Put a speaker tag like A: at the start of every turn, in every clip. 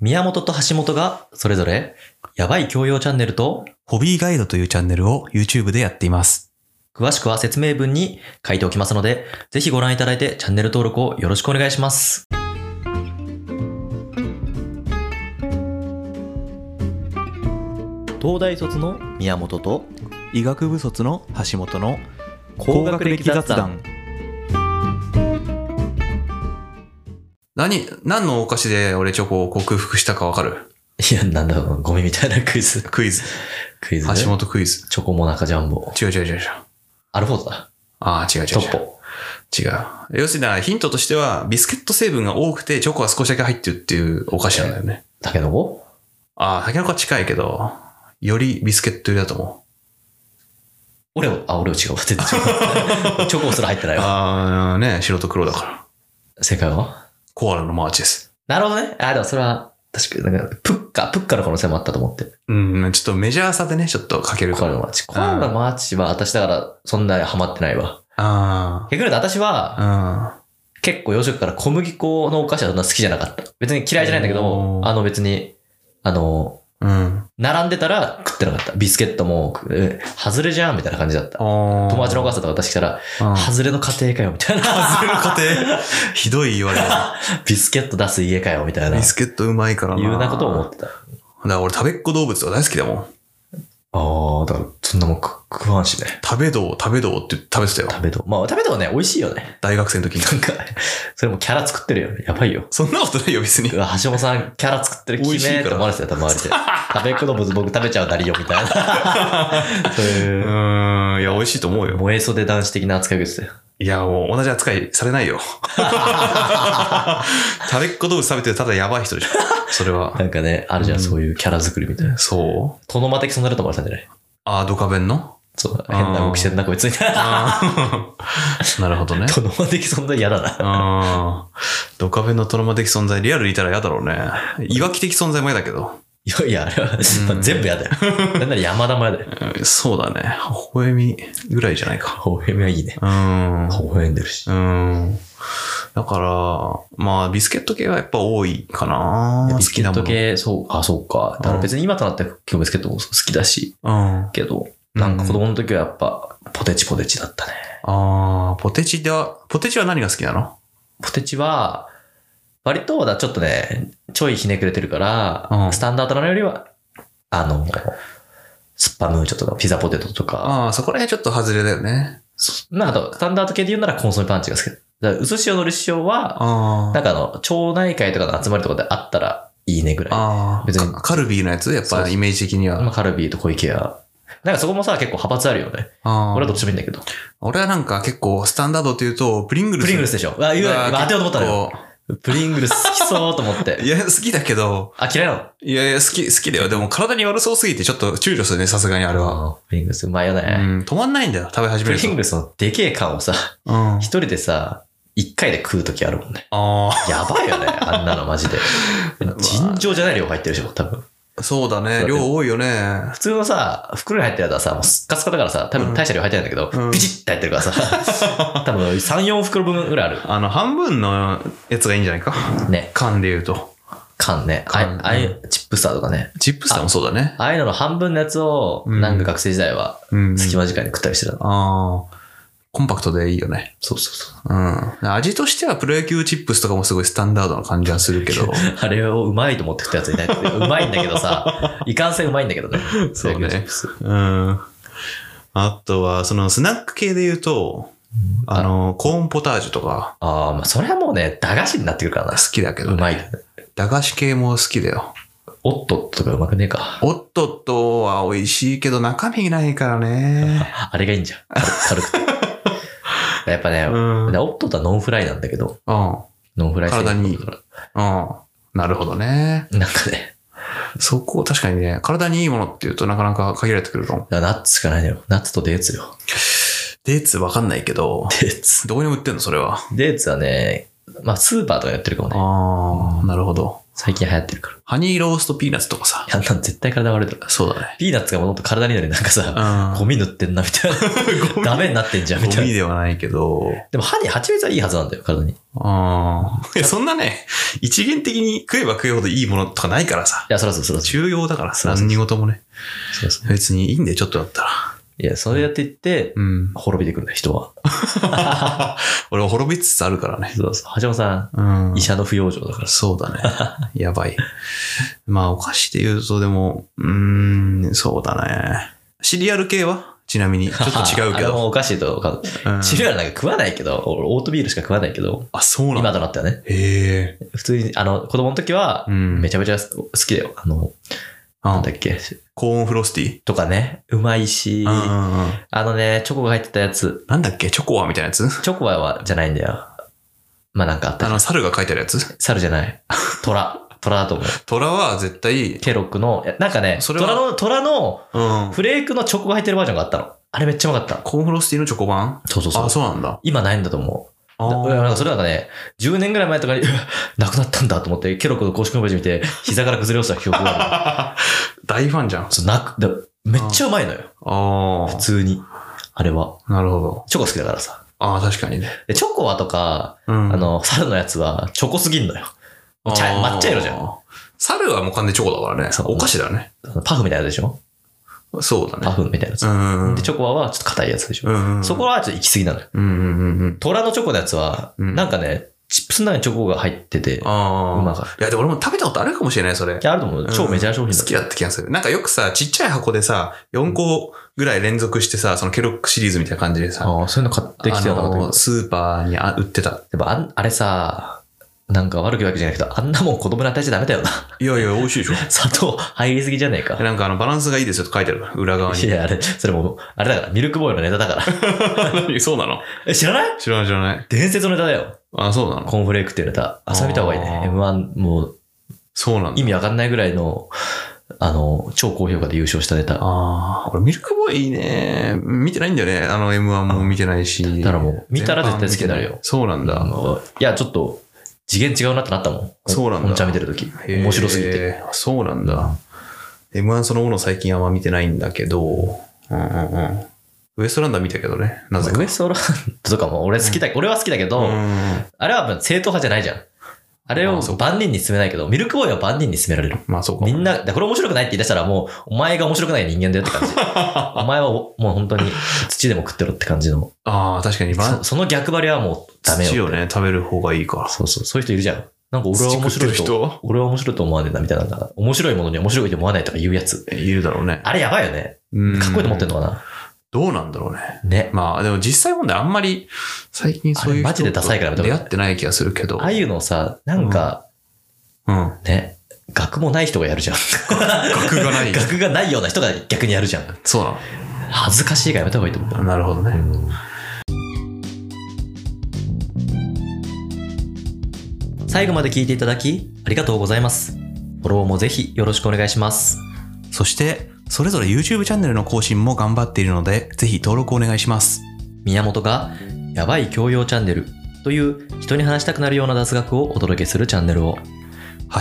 A: 宮本と橋本がそれぞれ、やばい教養チャンネルと、
B: ホビーガイドというチャンネルを YouTube でやっています。
A: 詳しくは説明文に書いておきますので、ぜひご覧いただいてチャンネル登録をよろしくお願いします。東大卒の宮本と、
B: 医学部卒の橋本の
A: 高学歴雑談。
B: 何、何のお菓子で俺チョコを克服したかわかる
A: いや、なんだろう、ゴミみたいなクイズ。
B: クイズ。
A: クイズ、
B: 橋
A: ね。
B: 本クイズ。
A: チョコモナカジャンボ。
B: 違う違う違う違う。
A: アルフォートだ。
B: ああ、違う違
A: ト
B: う
A: ッ
B: 違う。
A: ポ。
B: 違う。要するにだからヒントとしては、ビスケット成分が多くてチョコは少しだけ入ってるっていうお菓子なんだよね。
A: タケノコ
B: ああ、タケノコは近いけど、よりビスケット寄りだと思う。
A: 俺を、あ、俺を違うわ。全然 違う。チョコすら入ってないわ。
B: ああ、ね、白と黒だから。
A: 正解は
B: コアラのマーチです。
A: なるほどね。あ、でもそれは、確かに、なんか、プッカ、プッカの可能性もあったと思って。
B: うん、ちょっとメジャーさでね、ちょっとかける
A: コ
B: か
A: アラ
B: ら。
A: マーチ。コアラマーチは、私だから、そんなにハマってないわ。
B: あ
A: 逆に言うと私は、
B: あ、
A: 結構幼少期から小麦粉のお菓子はそんな好きじゃなかった。別に嫌いじゃないんだけど
B: お、ー
A: あの別に、あの、
B: うん。うん。
A: 並んでたら食ってなかった。ビスケットも、え外れじゃんみたいな感じだった。友
B: 友
A: 達のお母さんとか私から、
B: うん
A: 外れの家庭かよみたいな。
B: 外れの家庭ひどい言わ れる。
A: ビスケット出す家かよみたいな。
B: ビ
A: い
B: スケットうまいから
A: う
B: な。
A: ようなことを思
B: だ
A: ってた。
B: から俺食べっ子動物が大好きだもん。
A: ああ、だから、そんなもん食食わんしね。
B: 食べ道、食べ道って食べてたよ。
A: 食べと。まあ食べとはね、美味しいよね。
B: 大学生 の時に。
A: なんか、それもキャラ作ってるよ。やばいよ。
B: そんなことないよ、別に
A: う。わ橋本さん、キャラ作ってる、
B: 美
A: 決
B: 味しい
A: めーっ
B: か
A: て
B: ら
A: 思われてたよ、周りで。食べっ子の僕食べちゃうなりよ、みたい な。そう
B: う
A: いう、
B: ーん、いや、美味しいと思うよ。
A: 燃え袖男子的な扱いをしてたよ。
B: いや、もう同じ扱いされない よ。食べっ子動物食べてるただやばい人でしょ。それは。
A: なんかね、あるじゃん、
B: うん
A: そういうキャラ作りみたいな。
B: そう
A: トノマ的存在だと思われてたんじゃない
B: ああ、ドカベンの
A: そう、変な動きしてんな、こいつみたいな。
B: あーなるほどね。
A: トノマ的存在嫌だな。
B: あードカベンのトラマ的存在、リアルにいたら嫌だろうね。いわき的存在も嫌だけど。
A: いやいや、あれは、
B: うん
A: 全部嫌だよ。なんなら山田も嫌だよ。
B: うんそうだね。微笑みぐらいじゃないか。
A: 微笑みはいいね。
B: うん。
A: 微笑んでるし。
B: うん。だから、まあ、ビスケット系はやっぱ多いかな。好
A: ビスケ
B: き
A: ッ
B: なも
A: ト
B: の。
A: 系、そう、あ、そうか。だか
B: う
A: ら
B: ん
A: 別に今となっては結構ビスケットも好きだし。
B: うん。
A: けど、なんか子供の時はやっぱ、ポテチポテチだったね。
B: ああ、ポテチでは、ポテチは何が好きなの
A: ポテチは、割とだ、ちょっとね、ちょいひねくれてるから、
B: うん
A: スタンダードなのよりは、あの、スッパムーチョとかピザポテトとか、
B: ああ、そこら辺ちょっと外れだよね。
A: なんかあとスタンダード系で言うならコンソメパンチが好きだ。だから、薄塩のり塩は、
B: あ
A: なんかあの、町内会とかの集まりとかであったらいいねぐらい。
B: ああ
A: 別に
B: あ、カルビーのやつやっ
A: そうそ
B: ぱ
A: う
B: イメージ的に
A: まあ
B: は。
A: カルビーと小池屋。なんかそこもさ、結構派閥あるよね。
B: あー
A: 俺はどっちもいいんだけど。
B: 俺はなんか結構スタンダードっていうと、プリングルス。
A: プリングルスでしょ。あ、言うな、今当てようと思ったのよ。プリングルス好きそうと思って
B: い。や、好きだけど、
A: あ、嫌いなの
B: いやいや、好き、好きだよ。でも体に悪そうすぎてちょっと躊躇するね、さすがにあれは。
A: うんプリングルスうまいよ
B: う
A: ね。
B: ん、止まんないんだよ、食べ始
A: プ
B: め
A: リ
B: る と。
A: ングルスのでけえ缶をさ、
B: うん。あ
A: 一人でさ、一回で食うときあるもんね。
B: あ
A: やばい よね、あんなのマジで。尋常じゃない量入ってるでしょ、多分。
B: ー、そ
A: そ
B: うだ
A: うだね
B: ね、量多いよね。
A: 普通のさ、袋に入ってるやつはさ、もうスッカスカだからさ、多分大した量入ってないんだけど、
B: うん
A: ビチッて入ってるからさ、 多分3、4袋分ぐらいあ
B: あの、半分のやつがいいんじゃないか。
A: る。ね、
B: 缶で言うと。
A: 缶ね。あ
B: 缶
A: ああいう、チップスターとかね。
B: チップスターもそうだね。
A: ああいうのの半分のやつを、
B: うん
A: なんか学生時代は、
B: うん。
A: 隙間時間に食ったりしてたの。
B: ああ、コンパクトでいいよね。
A: そうそうそう。
B: うん。味としてはプロ野球チップスとかもすごいスタンダードな感じはするけど。
A: あれをうまいと思って食ったやついない。うまいんだけどさ、いかんせんうまいんだけどね。
B: そう
A: プロ野球チッ
B: ね
A: プス。
B: うん。あとは、そのスナック系で言うと、あの、コーンポタージュとか
A: ああ、まあ、それはもうね、駄菓子になってくるからな
B: 好。きだけど、
A: う
B: ね、
A: まい。
B: 駄菓子系も好きだよ。
A: おっとっととかうまくねえか。
B: おっとっとは美味しいけど中身ないからね。
A: あれがいいんじゃん。軽く軽くて。やっぱね、
B: うん。うん。
A: おっとっとはノンフライなんだけど、
B: う
A: ノンフライ製
B: 体にいい
A: だか
B: ん。なるほどね。
A: らなんかね、
B: そこ、確かにね、体にいいものっていうとなかなか限られてくるかも。
A: ナッツしかないのよ。ナッツとデーツよ。
B: デーツわかんないけど、
A: デーツ。
B: どこにも売ってんのそれは。
A: デーツはね、まあ、スーパーとかやってるかもね。
B: ああ、なるほど。
A: 最近流行ってるか
B: ハニーローストピーナッツとかさ
A: ら。。いや、なんか絶対体悪いだろ。
B: そうだね。
A: ピーナッツがもともと体になり、なんかさ、ゴ
B: う
A: ミ塗ってんな、みたい
B: ん。
A: な。ダメになってんじゃん、み
B: ゴ
A: たい
B: ミ
A: な。
B: ではないけど。
A: でも、歯に、蜂蜜はいいはずなんだよ、体に。い
B: ああ。いやそんなね、一元的に食えば食うほどいいものとかないからさ。
A: や、そらそう、そらそう。
B: 中庸だから
A: そ
B: さ、
A: うそうそう
B: 何事もね。
A: そうそう
B: 別にいいんで、ちょっとだったら。
A: いや、それやっていって、
B: うん。
A: 滅びてくるんだよ、人は。
B: 俺は滅びつつあるからね。
A: そうそう。橋本さ
B: うん
A: ん、医。者の不養生だから。
B: そう だね。やばい。まあ、お菓子で言うと、でも、うーん、そうだね。シリアル系はちなみに。ちょっと違 う
A: あ
B: け
A: れ
B: ど。
A: もおかしいとか。
B: うん
A: シリアルなんか食わないけど、俺オートビールしか食わないけど、
B: あ、そうなん
A: 今
B: だ。
A: となってはね。
B: へえ。
A: 普通に、あの、子供の時は
B: う、ん。
A: めちゃめちゃ好きだよ。あの、
B: ゃ
A: なんだっけ、
B: コーンフロスティー。
A: とかね、うまいし、
B: うん
A: あ
B: うんうん。
A: のね、チョコが入ってたやつ、
B: なんだっけチョコアみたいなやつ
A: チョコはじゃないんだよ。まあなんかあっ
B: あ
A: た
B: の、猿が書いてあるやつ
A: 猿じゃない。虎。虎だと思う。
B: 虎は絶対、
A: ケロックの、いやなんかね、
B: それは
A: 虎の、虎の
B: うん。
A: フレークのチョコが入ってるバージョンがあったの。あれめっちゃうまかった。
B: コーンフロスティーのチョコ版
A: そうそうそ
B: あ、
A: う。
B: そうなんだ。
A: 今ないんだと思う。
B: あ
A: だ
B: ー
A: なんかそれなんかね、10年ぐらい前とかに、うわなくなったんだと思って、ケロックの公式ホームページ見て、膝から崩れ落ちた記憶がある。
B: 大ファンじゃん。
A: そう、なく、だめっちゃうまいのよ。
B: あ
A: 普通に。あれは。
B: あ、なるほど。
A: チョコ好きだからさ。
B: ああ、確かにね。
A: で、チョコはとか、
B: うん
A: あの、猿のやつは、チョコすぎんのよ。茶
B: あー
A: 抹茶色じゃん。
B: 猿はもう完全にチョコだからね
A: そ。う
B: お菓子だね。
A: パフみたいなやつでしょ
B: そうだ
A: パ
B: ね。
A: フみたいなやつ。
B: うんうん。
A: で、チョコはちょっと硬いやつでしょ。
B: うんうん。
A: そこはちょっと行き過ぎなのよ。
B: うんうんうんうん。
A: 虎のチョコのやつは、
B: うん
A: なんかね、チップスの中にチョコが入ってて、う
B: ああ。
A: まかった。い
B: いや、でも俺も食べたことあるかもしれない、それ。
A: や、あると思う。超メジャー商品だ
B: 好きだった気がする。なんかよくさ、ちっちゃい箱でさ、4個ぐらい連続してさ、そのケロックシリーズみたいな感じでさ、
A: ああ、そういうの買ってきてなかった
B: あ
A: け
B: の
A: ど。
B: スーパーにあ売ってた。
A: でもあん、あれさ、なんか悪く言うわけじゃないけど、あんなもん子供に与えちゃダメだよな。
B: いやいや、美味しいでしょ。
A: 砂糖入りすぎじゃねえか。
B: なんかあの、バランスがいいですよと書いてあるから、裏側
A: いや、あれ、それも、あれだから、ミルクボーイのネタだから。
B: に。 そうなの
A: え、知らない
B: 知らない知らない。
A: 伝説のネタだよ。
B: あ、そうなの
A: コーンフレークっていうネタ。あ、それ見た方がいいね。
B: あー
A: M1、もう、
B: そうなんだ。
A: 意味わかんないぐらいの、あの、超高評価で優勝したネタ。
B: ああ、俺ミルクボーイいいね。見てないんだよね。あの M1 も見てないし。
A: だからもう、見たら絶対好きになるよ。
B: そうなん
A: あ
B: だ。
A: のいや、ちょっと、次元違うなってなったもん。
B: そうなんだ
A: 本ちゃん見てるとき。面白すぎて。
B: て。そうなんだ。M1 そのもの最近あんま見てないんだけど。うんうんうん。ウエストランダー見たけどね。なぜか。
A: ウエストランドとかも俺好きだ、俺は好きだけど、
B: うん。
A: あれはもう正統派じゃないじゃん。あれを
B: あそう
A: 万人に勧めないけど、ミルクボーイは万人に勧められる。
B: まあそうか。
A: みんな、だこれ面白くないって言い出したらもう、お前が面白くない人間だよって 感じ。お前はおもう本当に土でも食ってろって感じの。
B: ああ、確かに。まあ
A: そその逆張りはもうダメ
B: 土
A: よ。
B: をね、食べる方がいいから。
A: そうそう、そういう人いるじゃん。なんか俺は面白い
B: 土食って
A: と、
B: る人
A: 俺は面白いと思わねえなみたいななんか、面白いものに面白いと思わないとか言うやつ。
B: いるだろうね。
A: あれやばいよね。
B: うん
A: かっこいいと思ってんのかな。
B: どうなんだろうね。
A: ね。
B: まあでも実際問題あんまり最近そういう人
A: あれマジでダサいからやめ
B: と
A: た方が
B: 出
A: い
B: 会
A: い
B: ってない気がするけど。
A: ああいうのをさ、なんか
B: うん。
A: ね、学もない人がやるじゃん。
B: 学がない。
A: 学がないような人が逆にやるじゃん。
B: そう
A: 恥ずかしいからやめた方がいいと思う
B: な。の。なるほどね。
A: 最後まで聞いていただきありがとうございます。フォローもぜひよろしくお願いします。
B: そして、それぞれ YouTube チャンネルの更新も頑張っているので、ぜひ登録お願いします。
A: 宮本がやばい教養チャンネルという人に話したくなるような雑学をお届けするチャンネルを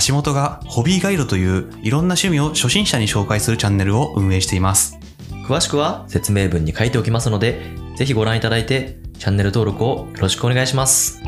B: 橋本がホビーガイドといういろんな趣味を初心者に紹介するチャンネルを運営しています。
A: 詳しくは説明文に書いておきますのでぜひご覧いただいてチャンネル登録をよろしくお願いします。